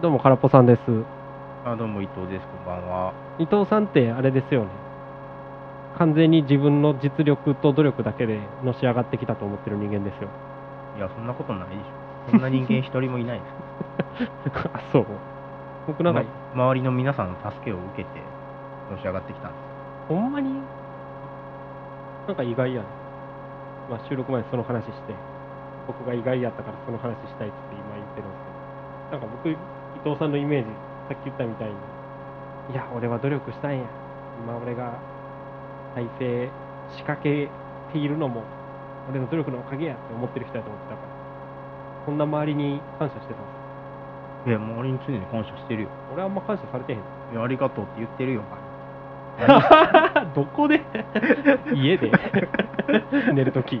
どうも空っぽさんですあどうも伊藤です、こんばんは。伊藤さんってあれですよね完全に自分の実力と努力だけでのし上がってきたと思ってる人間ですよ いや、そんなことないでしょ。そんな人間一人もいないです。 あそう僕なんか、ま周りの皆さんの助けを受けて、のし上がってきたんです。ほんまになんか意外やね、まあ、収録前にその話して僕が意外やったからその話したいって今言ってるんですけどなんか僕伊藤さんのイメージさっき言ったみたいにいや俺は努力したんや今俺が再生仕掛けているのも俺の努力のおかげやって思ってる人やと思ってたからそんな周りに感謝してたんですいや、周りに常に感謝してるよ。俺はあんま感謝されてへんいや、ありがとうって言ってるよ。どこで家 で寝るときあ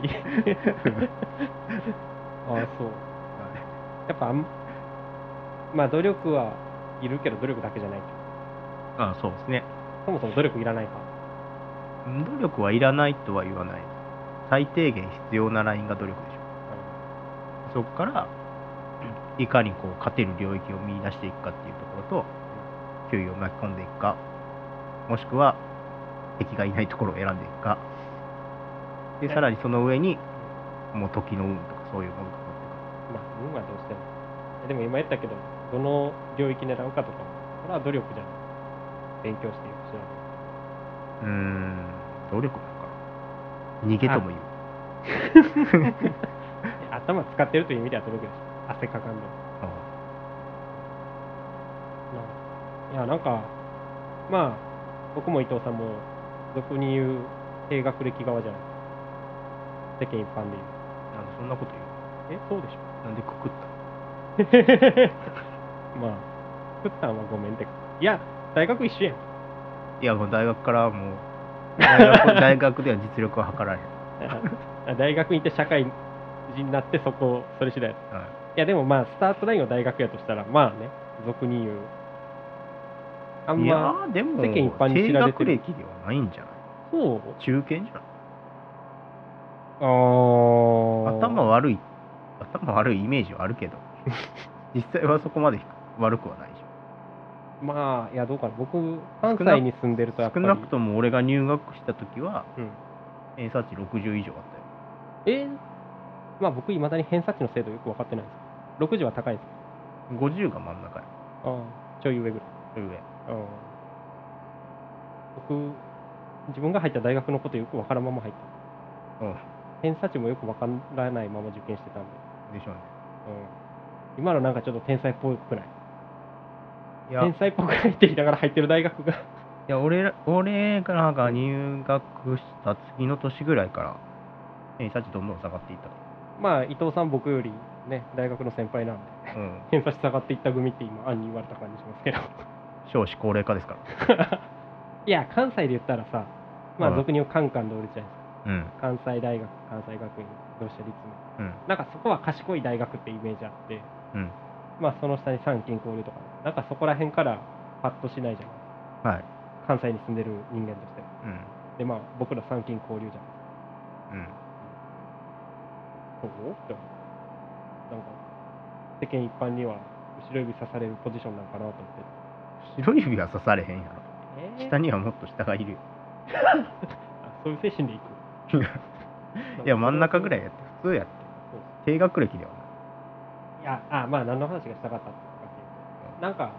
あそうやっぱあんまあ努力はいるけど努力だけじゃないとあそうですね。そもそも努力いらないか努力はいらないとは言わない。最低限必要なラインが努力でしょ。そこから、いかにこう勝てる領域を見出していくかっていうところと、給与を巻き込んでいくか、もしくは敵がいないところを選んでいくか、でねさらにその上に、もう時の運とかそういうものが乗ってくるまあ運はどうしてもえでも今言ったけどどの領域狙うかとかこれは努力じゃない勉強していくしなうーん、努力なのかな。逃げとも言う。 頭使ってるという意味では努力でしょ汗かかんでもあないやなんかまあ僕も伊藤さんも俗に言う低学歴側じゃない世間一般であなんでそんなこと言言ううえそうでしなんでくくったょまあ食ったんはごめんっていや大学一緒やんいや、もう大学からはもう、大 学大学では実力は測られへん。あ 大学に行って社会人になってそこそれ次第いはいやでもまあスタートラインを大学やとしたらまあね俗に言うあんいやまーでも世間一般に知られてる低学歴ではないんじゃないそう中堅じゃないあー頭悪い頭悪いイメージはあ るけど実際はそこまで悪くはないでしまあいやどうかな僕関西に住んでるとやっょぱ少りなくとも俺が入学した時はうん偏差値60以上あったよえーまあ僕いまだに偏差値の制度よく分かってないんですけど60は高いです50が真ん中やああちょい上ぐらい上ああ僕自分が入った大学のことよく分からんまま入ったう偏差値もよく分からないまま受験してたんで、んでしょうねうん、今のなんかちょっと天才っぽくないいや天い才っぽくないって言いながら入ってる大学が や俺ら俺らが入学した次の年ぐらいから偏差値どんどん下がっていったかまあ伊藤さん僕よりね大学の先輩なんでら、うん、偏差値下がっていった組って今案に言われた感じしますけど少子高齢化ですから いや関西で言ったらさまはあい俗に言うカンカンで折れちゃいますうん関西大学関西学院同志社立命うんなんかそこは賢い大学ってイメージあってうんまあその下に三県交流とかねなんかそこら辺からパッとしないじゃんはい関西に住んでる人間としてはうんでまあ僕ら三県交流じゃんうんそうって思うなんか世間一般には後ろ指刺されるポジションなんかなと思っ白い指は刺されへんやろて下にはもっと下がいるよあそういう精神でいくいや真ん中ぐらいやって普通やってそうそう低学歴ではないやあまあ何の話がしたかったのかっていうなんか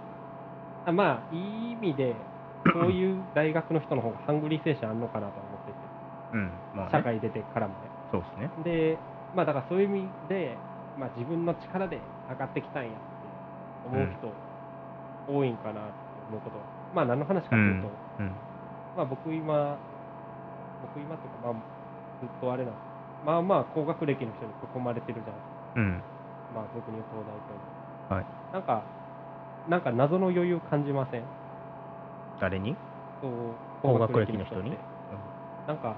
あまあいい意味でそういう大学の人の方が ハングリー精神あんのかなと思ってていうんまあ、ね、社会出てからもねそうですねでまあだからそういう意味で、まあ、自分の力で上がってきたんやって思う人多いんかなって思うことは、まあ何の話かというと、うんまあ僕今僕今っていうかまあずっとあれなんですまあまあ高学歴の人に囲まれてるじゃんうんまあ、俗に言う東大と、はい、なんか、なんか謎の余裕感じません誰にそう高学歴の人にってなんか、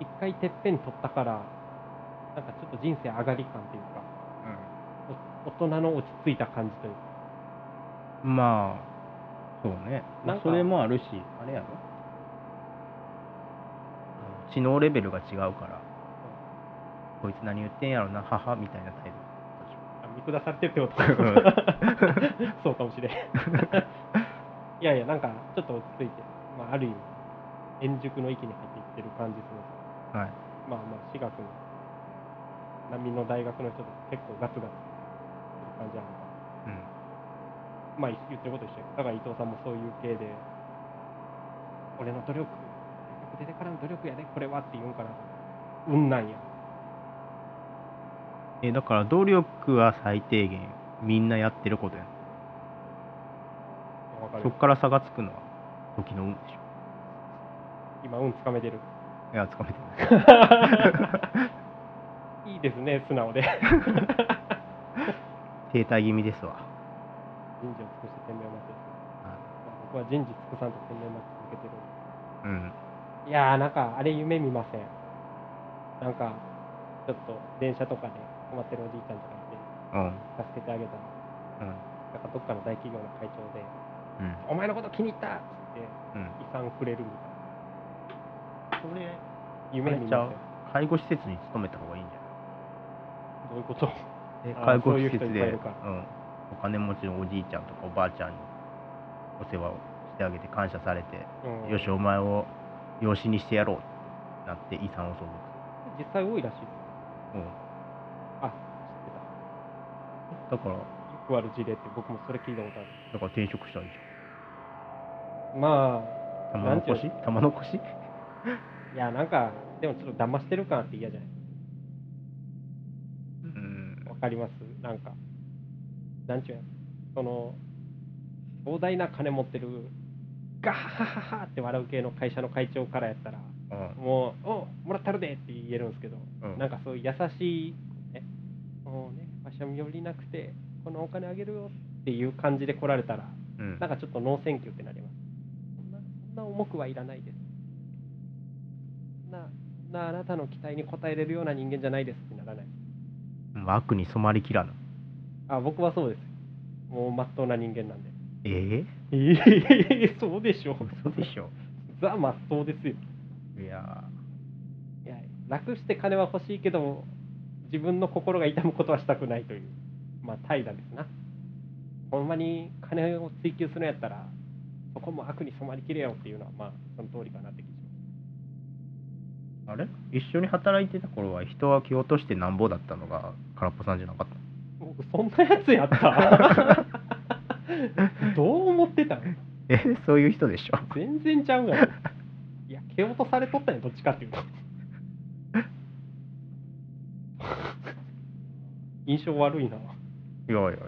一回てっぺん取ったから、なんかちょっと人生上がり感というか、お大人の落ち着いた感じというか、うんまあそうねなんかそれもあるしあれやろ知能レベルが違うからこいつ何言ってんやろな母みたいな態度あみ下されてるってこと そうかもしれんいやいやなんかちょっと落ち着いて、まあ、ある意味円熟の域に入っていってる感じするんですはいけどまあまあ私学の波の大学の人と結構ガツガツする感じあるからうんまあい言ってること一緒やけどだから伊藤さんもそういう系で俺の努力大学出てからの努力やでこれはって言うんかな運なんやえだから努力は最低限みんなやってることやんわかそるっから差がつくのは時の運でし今運つかめてるょいやつかめてな いいいですね素直で 停滞気味ですわ人事を尽くして天命を待つは僕は人事尽くさんと天命を待ち続けてるいうんいやーなんかあれ夢見ませんなんかちょっと電車とかで困ってるおじいちゃんとかいてうん助けてあげたらうんなんかどっかの大企業の会長でうん「お前のこと気に入った!」っつってうん遺産くれるみたいなそれ夢見ません介護施設に勤めた方がいいんじどういうことゃあない介ー護施そういう設人いっぱいいでるからうん、お金持ちのおじいちゃんとかおばあちゃんにお世話をしてあげて感謝されて、うんよしお前を養子にしてやろうってなって遺産を相実際多いらしいです続、うん、あ知ってただからよくある事例って僕もそれ聞いたことあるだから転職したらいいじまあゃん玉残し玉残しいやなんかでもちょっと騙してる感あって嫌じゃないうんわかりますなんか、なんちゅうんやその、膨大な金持ってる、ガハハハハって笑う系の会社の会長からやったら、うんもう、おもらったるでって言えるんですけど、うんなんかそういう優しい、ね、もうね、場所に寄りなくて、このお金あげるよっていう感じで来られたら、うんなんかちょっとノーセンキューってなります。そんなそんな重くはいらないです。そんなそんなあなたの期待に応えれるような人間じゃないですってならない。もう悪に染まりきらぬあ僕はそうですもうまっとうな人間 なんでええええそうでしょ嘘でしょザまっとうですよいやいや楽して金は欲しいけど自分の心が痛むことはしたくないというまあ怠惰ですなほんまに金を追求するんやったらそこも悪に染まりきれよっていうのはまあその通りかなって気がしーあれ一緒に働いてた頃は人は気を落としてなんぼだったのが空っぽさんじゃなかったます僕そんなやつやったどう思ってたのえそういう人でしょ全然ちゃう やんいや蹴落とされとったんやどっちかっていうと印象悪いないやいやいや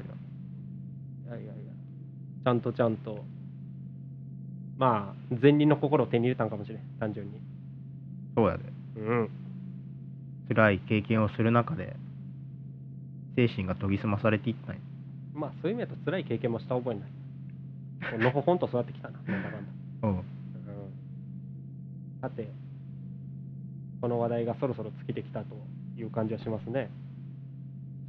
やいやいやちゃんとちゃんとまあ善人の心を手に入れたんかもしれん単純にそうやでうん辛い経験をする中で精神が研ぎ澄まされていったんやまあそういう意味だと辛い経験もした覚えないのほほんと育ってきたななんだかんだうんうんさてこの話題がそろそろ尽きてきたという感じはしますね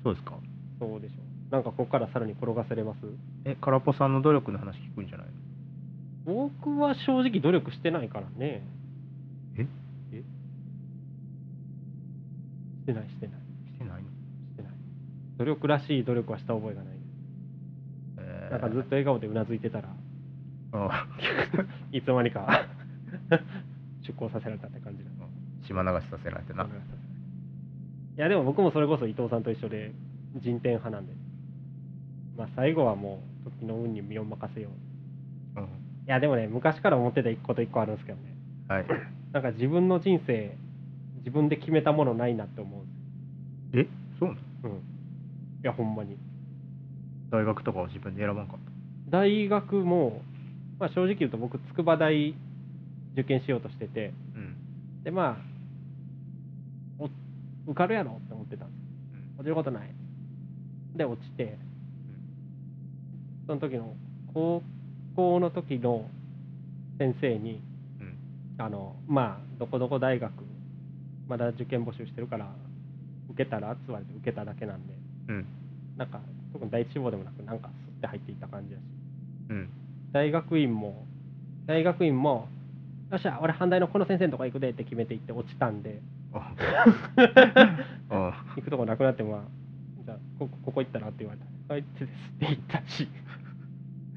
そうですかそうでしょうなんかここからさらに転がせれますえ空っぽさんの努力の話聞くんじゃないの僕は正直努力してないからねええしてないしてないしてないのしてない努力らしい努力はした覚えがないですえなんかずっと笑顔でうなずいて たらとあいつの間にか 出向させられたって感じだ島流しさせられてないやでも僕もそれこそ伊藤さんと一緒で人天派なんでまあ最後はもう時の運に身を任せよううんいやでもね昔から思ってた一個と一個あるんですけどねはいなんか自分の人生自分で決めたものないなって思うんでえそうなのすよ、うん、いやほんまに大学とかを自分で選ばんかっ大学も、まあ、正直言うと僕筑波大受験しようとしててたうんでまあお受かるやろって思ってたんですよ落ちることないで落ちてその時の高校の時の先生にうんあのまあどこどこ大学まだ受験募集してるから受けたらって言われて受けただけなんでうんなんか特に第一志望でもなくなんかスッて入っていった感じだしうん大学院も大学院もよっしゃ俺阪大のこの先生のとこ行くでって決めて行って落ちたんでああ行くとこなくなってまあじゃあこここ行ったらって言われた。あいつですって言ったし。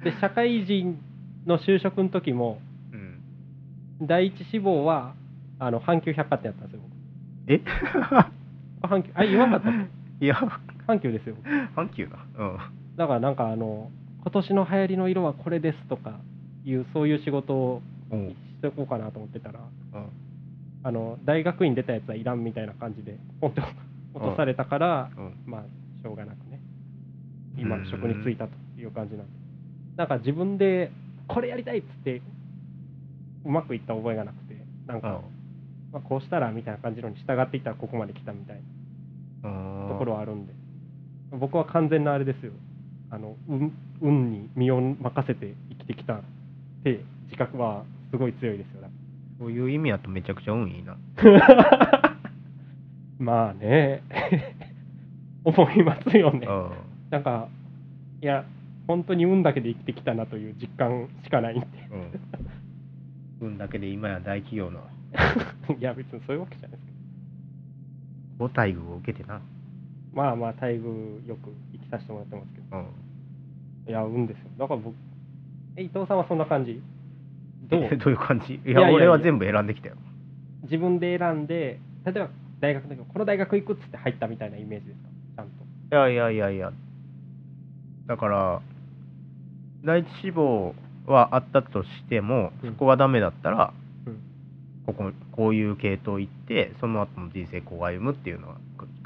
で、社会人の就職の時も、うん、第一志望は、あの、阪急百貨店やったんですよ、 え僕。阪急、あ、言わな かったっいやけ阪急ですよ。僕阪急だうんだからなんか、あの、今年の流行りの色はこれですとかいう、そういう仕事をおうしておこうかなと思ってたら、うんあの、大学院出たやつはいらんみたいな感じで、本当落とされたから、うんまあ、しょうがなくね、今うんの職に就いたという感じなんで、なんか自分でこれやりたいっつって、うまくいった覚えがなくて、なんか、まあ、こうしたらみたいな感じのに従っていったらここまで来たみたいなところはあるんで、僕は完全なあれですよ、あの運運に身を任せて生きてきたって、自覚はすごい強いですよ、だかそういう意味だとめちゃくちゃ運いいなら まあね、思いますよね。うんなんか、いや、本当に運だけで生きてきたなという実感しかないんで、うん運だけで今や大企業の いや、別にそういうわけじゃないですけど、ご待遇を受けてなまあまあ、待遇よく生きさせてもらってますけうんど、いや、運ですよ。だから僕、え伊藤さんはそんな感じどうえ どういう感じいいややいやいや俺は全部選んできたよ自分で選んで、例えば大学の時この大学行くっつって入ったみたいなイメージですか、ちゃんと。いやいやいやいやだから第一志望はあったとしてもうんそこがダメだったら、うんこここういう系統行ってその後の人生こう歩むっていうのは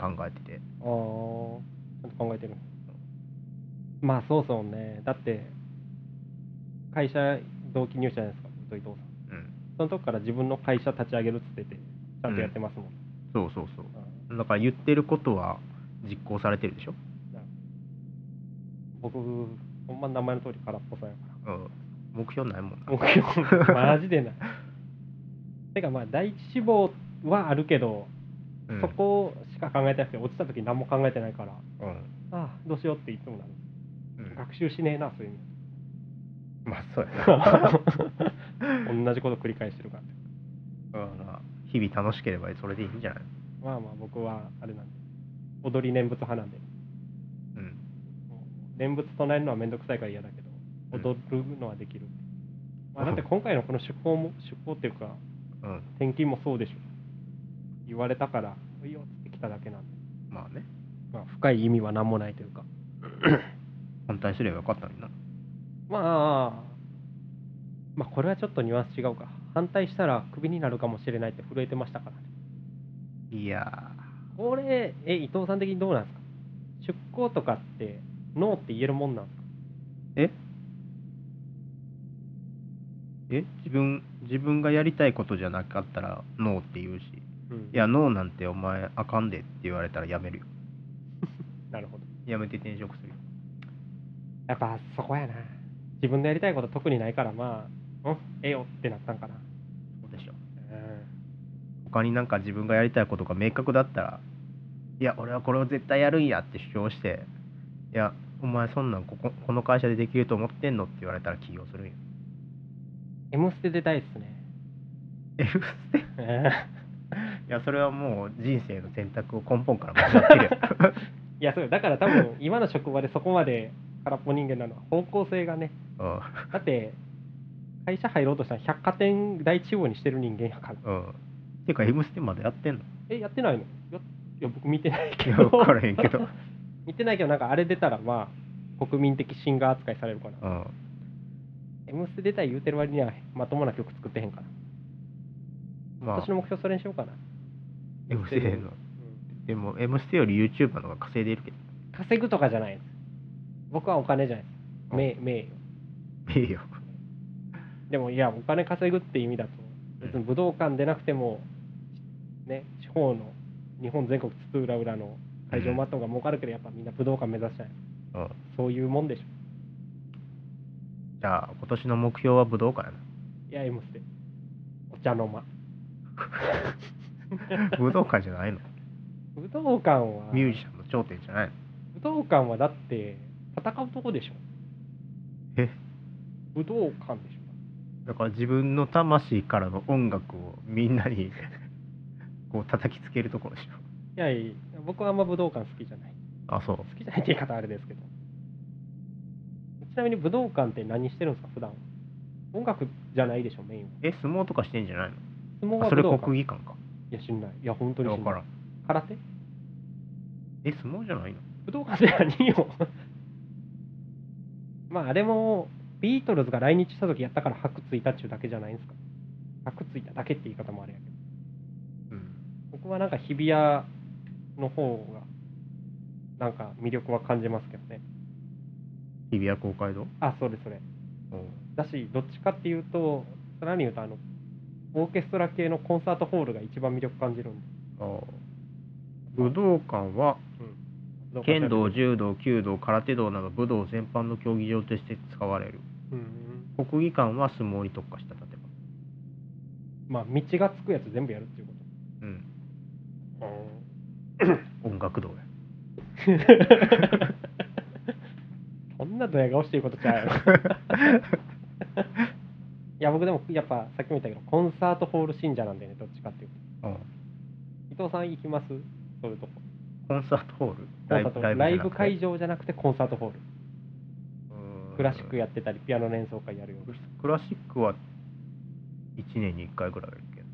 考えててあーちゃんと考えてるまあそうそうねだって会社同期入社じゃないですか僕と伊藤さんうんその時から自分の会社立ち上げるっつっててちゃんとやってますもん、そうそうそうんうだから言ってることは実行されてるでしょ、僕ほんま名前の通り空っぽさやか うん、目標ないもんなら目標マジでないてかまあ第一志望はあるけど、うんそこしか考えてなくて落ちた時何も考えてないからうんああどうしようっていつもなるうん学習しねえなそういう意味まあそうや な 同じこと繰り返してるから、だから日々楽しければそれでいいんじゃないまあまあ僕はあれなんで踊り念仏派なんでうん念仏唱えるのは面倒くさいから嫌だけど踊るのはできる、まあ、だって今回のこの出向も 出向っていうかうん転勤もそうでしょ言われたからいいよって来ただけなんで、まあねまあ、深い意味は何もないというか反対すればよかったのにな まあまあこれはちょっとニュアンス違うか反対したらクビになるかもしれないって震えてましたからねいやこれえ伊藤さん的にどうなんですか出向とかってノーって言えるもんなんですかーええ自分自分がやりたいことじゃなかったらノーって言うしうんいやノーなんてお前あかんでって言われたらやめるよ なるほどやめて転職するよやっぱそこやな自分のやりたいこと特にないからまあうんええよってなったんかなそうでしょうん他になんか自分がやりたいことが明確だったらいや俺はこれを絶対やるんやって主張していやお前そんなんこここの会社でできると思ってんのって言われたら起業するんよ M ステ出たいっすね えう嘘んいやそれはもう人生の選択を根本から間違ってるよいやそうよだから多 分今の職場でそこまで空っぽ人間なのは方向性がね うんだって会社入ろうとしたら百貨店第一志望にしてる人間やからうん。てか、M ステまだやってんのえやってないのいやいや僕見てないいけや、ど分からへんけど。 見てないけどなんかあれ出たらまあ国民的シンガー扱いされるかなうん。 「M ステ」出たい言うてる割にはまともな曲作ってへんから、まあ私、の目標それにしようかな、 M ステの。でも、M ステより YouTuber の方が稼いでるけど。稼ぐとかじゃないです僕はお金じゃないです名名誉 名誉。でもいやお金稼ぐって意味だと別に武道館でなくても、ね地方の日本全国津々浦々の会場回った方が儲かるけどやっぱみんな武道館目指したいうん。そういうもんでしょじゃあ、今年の目標は武道館やいや M ステお茶の間 な。武道館じゃないの武道館はミュージシャンの頂点じゃないの武道館はだって戦うとこでしょえ武道館でしょだから自分の魂からの音楽をみんなに こう叩きつけるところでしょ。いやいや僕はあんま武道館好きじゃないあそう好きじゃないって言い方はあれですけどちなみに武道館って何してるんですか普段音楽じゃないでしょメインはえ相撲とかしてんじゃないの相撲あはそ武れ道館国技館かいや知んないいや本当に知分んかないらん空手え相撲じゃないの武道館で何を まああれもビートルズが来日した時やったから箔ついたっちゅうだけじゃないんですか箔ついただけって言い方もあれやけどうん僕はなんか日比谷の方がなんか魅力は感じますけどね日比谷公会堂あそれそれだしどっちかっていうとさらに言うとあのオーケストラ系のコンサートホールが一番魅力感じるんでああ武道館は武道館剣道柔道弓道空手道など武道全般の競技場として使われるうんうん国技館は相撲に特化した建物まあ道がつくやつ全部やるっていうこうんと、音楽堂や そんなドヤ顔してることちゃうやろいや僕でもやっぱさっきも言ったけどコンサートホール信者なんでねどっちかっていうとうん伊藤さん行きますそういうとこコンサートホーコルンサートライブ会場場じゃなくてコンサートホールクラシックやってたりピアノの演奏会やるようなクラシックは1年に1回ぐらいやるけど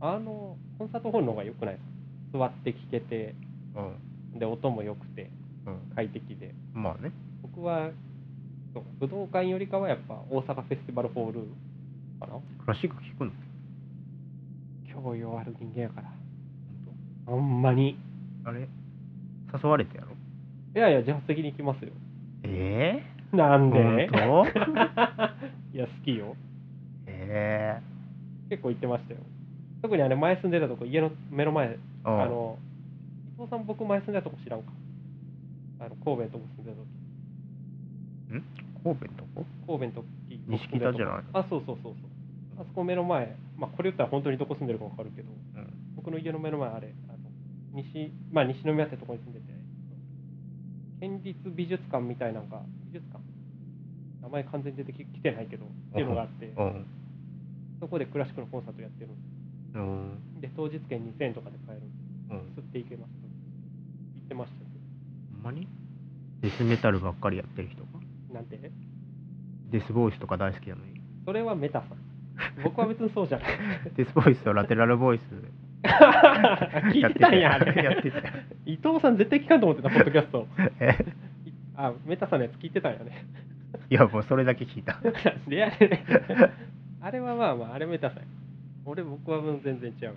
あのコンサートホールの方が良くないですか座って聴けてで音も良くてうん快適でうんまあね僕はそう武道館よりかはやっぱ大阪フェスティバルホールかなクラシック聞くの教養ある人間やからほんまにあれ誘われてやろいやいや自発的に行きますよ えなんでえ本当いや好きよえ結構行ってましたよ特にあれ前住んでたとこ家の目の前えあの伊藤さん僕前住んでたとこ知らんかあの神戸のとこ住んでた時神戸のとこ神戸の時西北じゃないあそうそうそうそうあそこ目の前まあこれ言ったら本当にどこ住んでるか分かるけどうん僕の家の目の前あれあの西まあ西宮ってとこに住んでて県立美術館みたいなんか美術館名前完全に出てききてないけどっていうのがあってうんそこでクラシックのコンサートやってるんうんで当日券2000円とかで買えるんうんです吸っていけます行ってましたけほんまにデスメタルばっかりやってる人かどなんてデスボイスとか大好きなのにそれはメタさん僕は別にそうじゃないデスボイスとラテラルボイス聞いてたんやあれやってたよ伊藤さん絶対聞かんと思ってたポッドキャストえいあメタさんのやつ聞いてたんやねいやもうそれだけ聞いたなんでやねんあれはまあまああれメタさんや俺僕はもう全然違う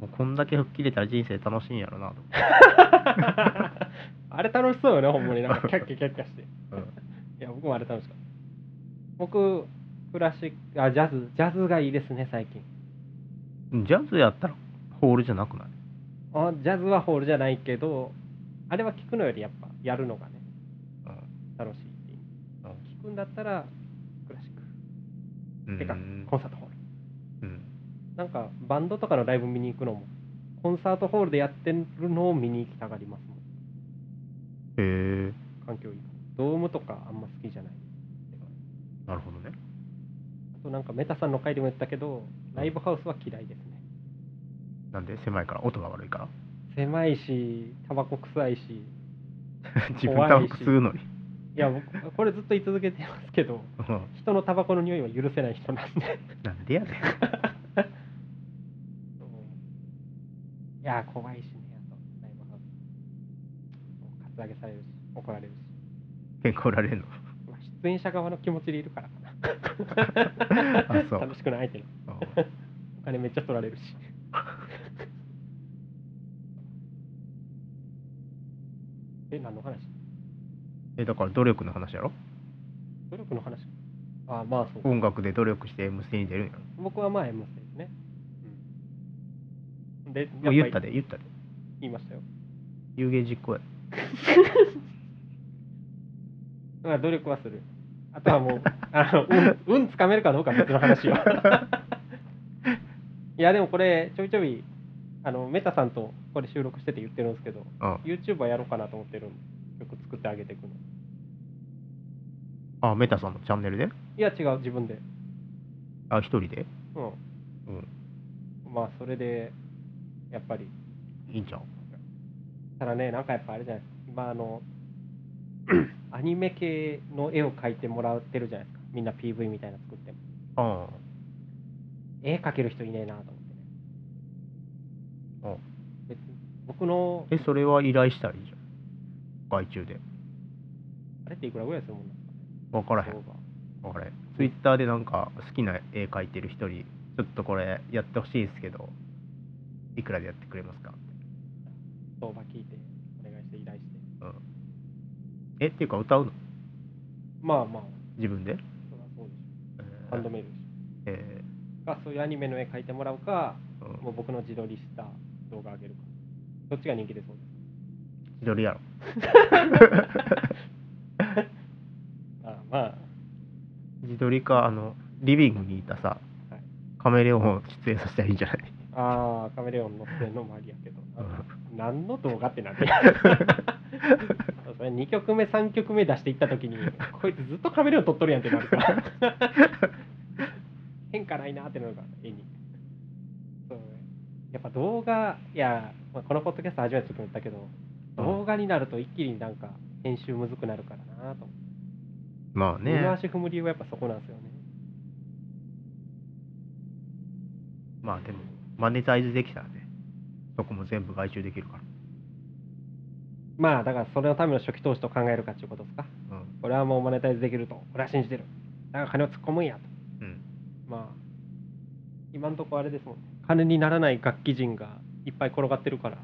もうこんだけ吹っ切れたら人生楽しいんやろなとあれ楽しそうよねほんまになんかキャッキャキャッキャして思って、いや僕もあれ楽しかった僕クラシックあジャズジャズがいいですね最近うん、ジャズやったらホールじゃなくないあジャズはホールじゃないけどあれは聞くのよりやっぱやるのがね楽しいっていう聞くんだったらクラシックうんてかうんコンサートホールうんなんかバンドとかのライブ見に行くのもコンサートホールでやってるのを見に行きたがりますもんへえ環境いいからドームとかあんま好きじゃないなるほどねあとなんかメタさんの回でも言ったけどライブハウスは嫌いですねなんで狭いから音が悪いから狭いしタバコ臭いし自怖分いしタバコ吸うのにいや僕これずっと言い続けてますけどうん人のタバコの匂いは許せない人なんでなんでやねん いやー怖いしねあとライブハウスカツアゲされるし怒られるし、 健康られんのまあ、出演者側の気持ちでいるからかな あそう楽しくない相手にうんお金めっちゃ取られるしえ何の話 えだから努力の話やろ努力の話ああまあそう音楽で努力して MC に出るんやろ僕はまあ M スですね、うん、でやっぱもうり言ったで言ったで言いましたよ有言実行やまあ努力はする。あとはもう、あの運運つかめるかどうかは別の話よ。いや、でもこれ、ちょいちょい、あのメタさんとこれ収録してて言ってるんですけど、 うん YouTube はやろうかなと思ってるんで、曲作ってあげていくの。あメタさんのチャンネルでいや、違う、自分で。あ一人でうん。うんまあ、それで、やっぱり、いいんちゃうただね、なんかやっぱあれじゃないですか。まああの アニメ系の絵を描いてもらってるじゃないですかみんな PV みたいなの作ってもあ絵描ける人いねえなと思ってねあ別に僕のえそれは依頼したらいいじゃん外注であれっていくらぐらいするもんなんですかね分からへん動画分からへんツイッターでなんか好きな絵描いてる人にちょっとこれやってほしいんですけどいくらでやってくれますか相場聞いてお願いして依頼してうんえっていうか歌うのまあまあ自分で、そりゃそうでしえょーハンドメイドでしえょかそういうアニメの絵描いてもらうかーうんもう僕の自撮りした動画あげるかどっちが人気でそうです自撮り やろああまあ自撮りかあのリビングにいたさ、はいカメレオンを出演させたらいいんじ ゃないああカメレオンの出演のもありやけどうん 何の動画ってなってそれ2曲目3曲目出していった時にこいつずっとカメレオン撮っとるやんってなるから 変化ないなってなるから絵にそうねやっぱ動画いや、まあ、このポッドキャスト初めて作ったけどうん動画になると一気になんか編集むずくなるからなと思ってまあ二のね足踏む理由はやっぱそこなんですよねまあでもマネタイズできたらねそこも全部外注できるかまあだからそれのための初期投資と考えるかっていうことですからうんこれはもうマネタイズできると俺は信じてるだから金を突っ込むんやとうんまあ今んとこあれですもんね金にならない楽器人がいっぱい転がってるから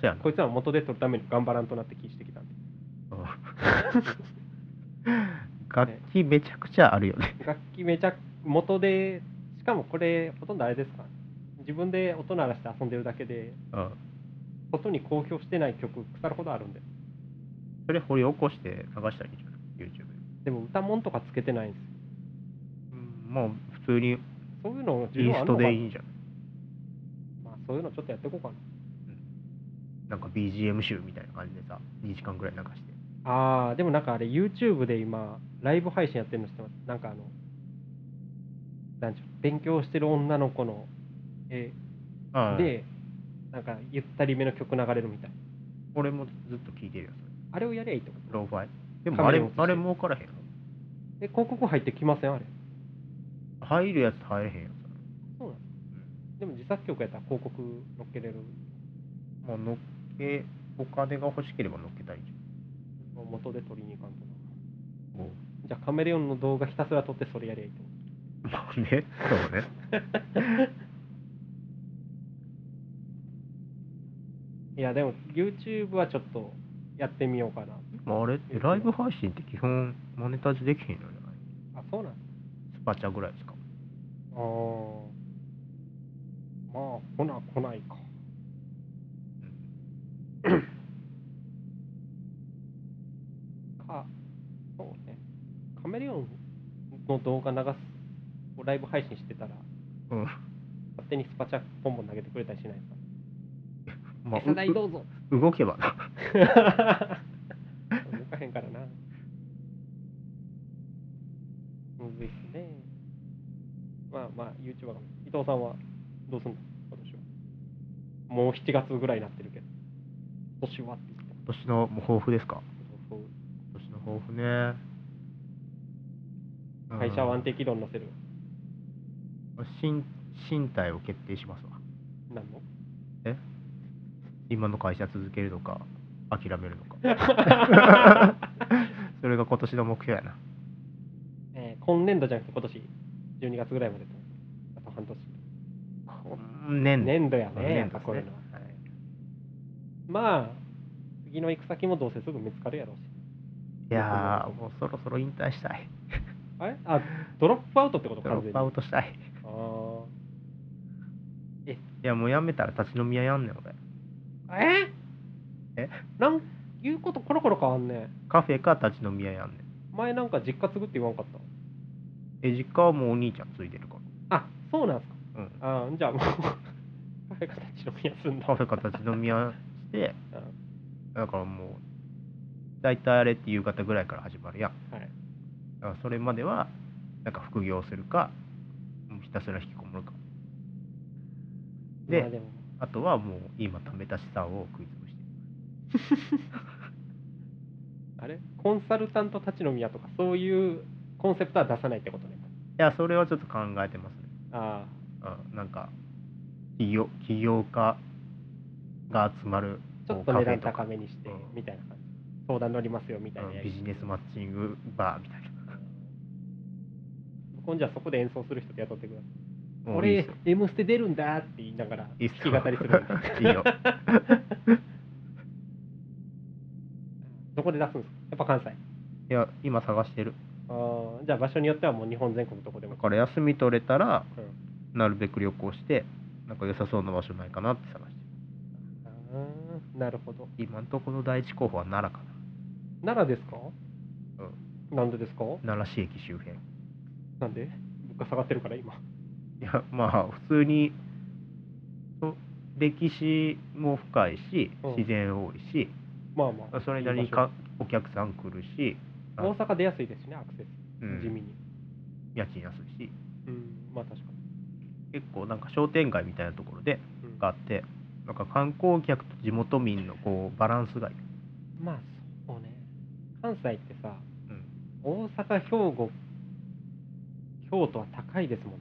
そやなこいつら元で取るために頑張らんとなって気してきたんでうん 楽器めちゃくちゃあるよね楽器めちゃ元でしかもこれほとんどあれですからね自分で音鳴らして遊んでるだけでうん外に公表してない曲腐るほどあるんでそれ掘り起こして流したらいいじゃん YouTube でも歌もんとかつけてないんですようんもう普通にそういうのイーストでいいいじゃんまあそういうのちょっとやっていこうかななんか BGM 集みたいな感じでさ2時間ぐらい流してああでもなんかあれ YouTube で今ライブ配信やってるの知ってますなんかあのなんちゅう勉強してる女の子の絵ああでなんかゆったりめの曲流れるみたい俺もずっと聞いてるよそあれをやりゃいいってことれローファイでもあカメラれに落としてあれ儲からへんのえ広告入ってきませんあれ入るやつと入れへんやつそうなんですでも自作曲やったら広告乗っけれるまあ、乗っけ、お金が欲しければ乗っけたいじ元で取りに行かんとなゃん。もじゃあカメレオンの動画ひたすら撮ってそれやりゃいいってこう。 まあね、そうね。 といやでも YouTube はちょっとやってみようかなまあ、あれってライブ配信って基本、マネタイズできへんのじゃないあそうなんスパチャぐらいしか。あーまあほな来ないかかそうねカメレオンの動画流すをライブ配信してたらうん。勝手にスパチャポンポン投げてくれたりしないですかまあ、餌代うどう ぞう動けばな。 動かへんからなむずいっすねまあまあ YouTuber が伊藤さんはどうすんの今年はもう7月ぐらいになってるけど今年はって言って今年のもう抱負ですかそう今年の抱負ね。うん会社を安定軌道に乗せる身身体を決定しますわ。なん の今の会社続けるのか、諦める のか。それが今年の目標やな。えー今年度じゃなくて今年12月ぐらいまでとあと半年今年度。年度や今ねや年っ度ぱこういですねうのは。はいまあ次の行く先もどうせすぐ見つかるやろうしいやー、もうそろそろ引退したい。あれあドロップアウトってことドロ完全ッにプアウトしたい。あーいや、もうやめたら立ち飲み屋やんねん、俺。ええなん言うことコロコロ変わんねカフェか立ち飲み屋やんねん。前なんか実家継ぐって言わんかっえ、実家はもうお兄ちゃんついてるか。たあそうなんすからうん。あーじゃあもう カフェ形の休んだカフェか立ち飲み屋して、うんだからもう、だいたいあれって夕方ぐらいから始まるやん。はいだからそれまでは、なんか副業するか、もうひたすら引きこもるか。でまあでもあとはもう今貯めた資産を食い潰してあれコンサルタント立ち飲み屋とかそういうコンセプトは出さないってことねや、それはちょっと考えてますね。あうん、なんか起業、起業家が集まるあちょっとこう値段カフェ高めにしてうんみたいな感じ相談乗りますよみたといなかうやんりビジネスマッチングバーみたいな。今じゃあそこで演奏する人雇ってくださいもういい俺っすよ M ステ出るんだって言いながらいい弾っすきよ語りするんだ いいよ。どこで出すんですかやっぱ関西いや、今探してる。あーじゃあ場所によってはもう日本全国どこでだも、から休み取れたら、うんなるべく旅行して、なんか良さそうな場所ないかなって探してあーなるほどる。今んとこの第一候補は奈良か奈良ですかな。うんなんでですか奈良市駅周辺。いなんで物価下がってるから今や、まあ、普通に、そ歴史も深いしうん、自然多いし、まあまあそれなりにかお客さん来るし、いい場所大阪出やすいですしねアクセスう地味ん、に家賃安いし、うんまあ確かに結構なんか商店街みたいなところでうんがあって、なんか観光客と地元民のこうバランスがいい。まあそうね関西ってさう大ん、阪兵庫京都は高いですもんね、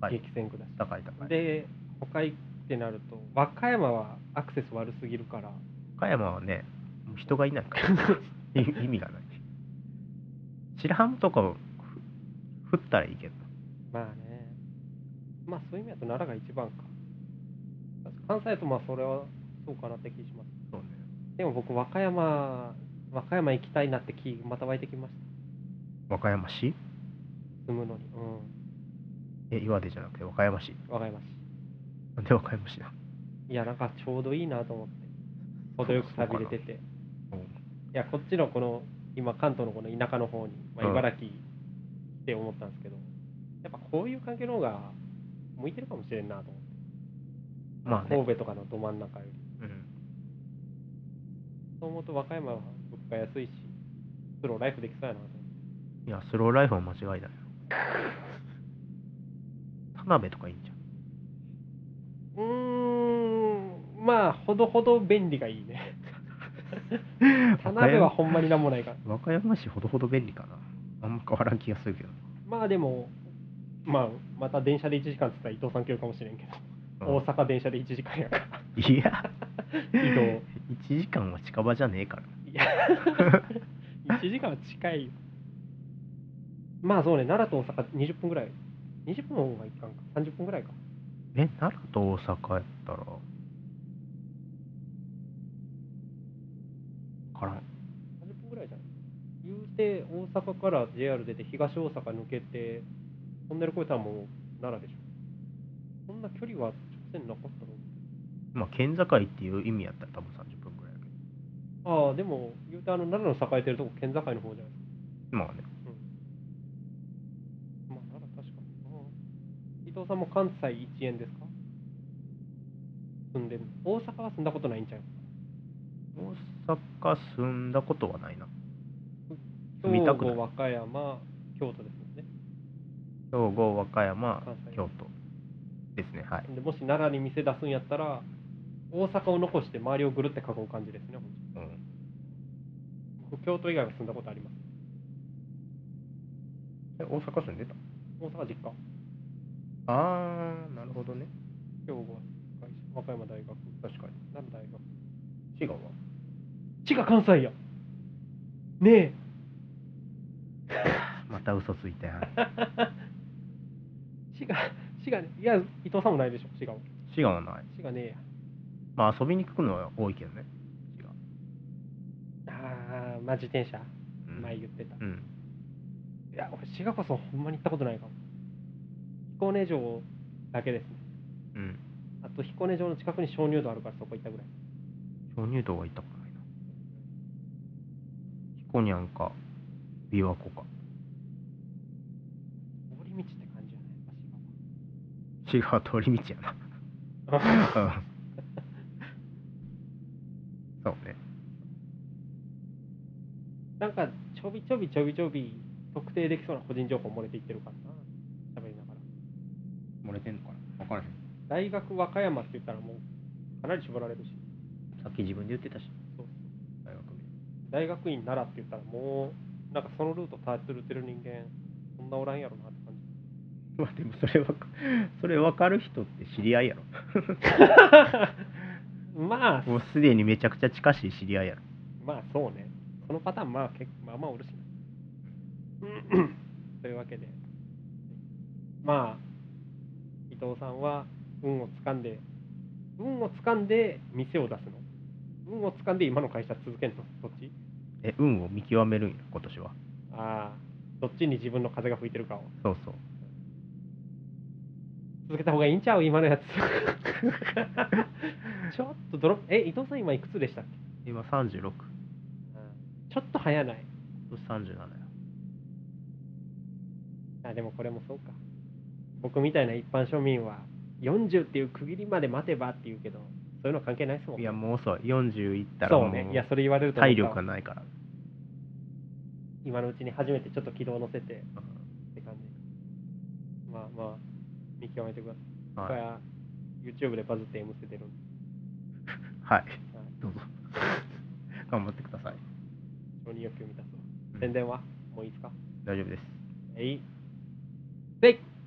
高い激戦区だし高い高い。で他行ってなると和歌山はアクセス悪すぎるから岡山はね、もう人がいない から、い意味がない。白浜とかをふ降ったらいいけど、まあねまあそういう意味だと奈良が一番か確か関西だとまあそれはそうかなって気しますそうね。でも僕和歌山和歌山行きたいなって気また湧いてきました和歌山市住むのにうんえ、岩手じゃなくて和歌山市。和歌山市なんで和歌山市なのいやなんかちょうどいいなと思って程よくそうか旅なれてていうんやこっちのこの今関東のこの田舎の方に、まあ、うん茨城って思ったんですけど、やっぱこういう環境の方が向いてるかもしれんなと思ってまあね。神戸とかのど真ん中よりうんそう思うと和歌山は物価安いしプロライフできそうやなと思っていや、スローライフは間違いないよ。田辺とかいいんじゃん。うーんまあほどほど便利がいい ね 田辺はほんまになんもないから和歌山市ほどほど便利かな。あんま変わらん気がするけど。まあでもまあまた電車で1時間って言ったら伊藤さん来るかもしれんけど、大阪電車で1時間や からいや、移 動1時間は近場じゃねえから。い や1時間は近いよまあそうね奈良と大阪20分ぐらい20分の方がいかんか30分ぐらいかえ、奈良と大阪やったら。わからん。 30分ぐらいじゃない言うて大阪から JR 出て東大阪抜けてトンネル越えたらもう奈良でしょそんな距離は直線なかったのまあ、県境っていう意味やったら多分30分くらいやけど。ああでも言うてあの奈良の栄えてるとこ県境の方じゃないですかまあね。まあ奈良確かにな伊藤さんも関西一円ですか住んでるの大阪は住んだことないんちゃう大阪住んだことはないな。住み兵たくない庫和歌山京都ですもんね兵庫、和歌山関西、京都ですね。はい。でもし奈良に店出すんやったら大阪を残して周りをぐるって囲う感じですね本当にうん僕京都以外は住んだことありますえ大阪住んでた大阪実家ああなるほどね兵庫は会社和歌山大学確かに奈良大学滋賀は滋賀関西やねえまた嘘ついたやん滋賀滋賀ねいや伊藤さんもないでしょ滋賀は滋賀はない滋賀ねえやまあ遊びに行くのは多いけどね滋賀ああまあ自転車、うん前言ってた、うんいや俺滋賀こそほんまに行ったことないかも彦根城だけですねうんあと彦根城の近くに鍾乳洞あるからそこ行ったぐらい鍾乳洞は行ったことないな彦にゃんか琵琶湖か通り道って感じじゃないやっ滋賀は通り道やなぱ 滋賀はうんそうねなんかちょびちょびちょびちょび特定できそうな個人情報漏れていってるからな喋りながら漏れてんのかな分からへん大学和歌山って言ったらもうかなり絞られるしさっき自分で言ってたしそう大学名大学院ならって言ったらもうなんかそのルート立ちるてる人間そんなおらんやろなって感じまあでもそれはそれ分かる人って知り合いやろまあ もうすでにめちゃくちゃ近しい知り合いやろまあそうねそのパターンまあ結構まあまあおるしなというわけでまあ伊藤さんは運を掴んで運を掴んで店を出すの運を掴んで今の会社続けんのどっちえ運を見極めるんや今年はああどっちに自分の風が吹いてるかをそうそう続けた方がいいんちゃう今の やつちょっとドロップえ伊藤さん今いくつでしたっけ今36ちょっと早ない今年37やあでもこれもそうか僕みたいな一般庶民は40っていう区切りまで待てばっていうけどそういうの関係ないですもんいやもう遅い40いったらそもううねいやそれ言われると体力がなんかないから、今のうちに初めてちょっと軌道を乗せてって感じまあまあ見極めてください僕はい、は YouTube でバズって M ステ出るんではい、はいどうぞ 頑張ってください承認欲求満たすわうん宣伝はもういいですか大丈夫ですえいでい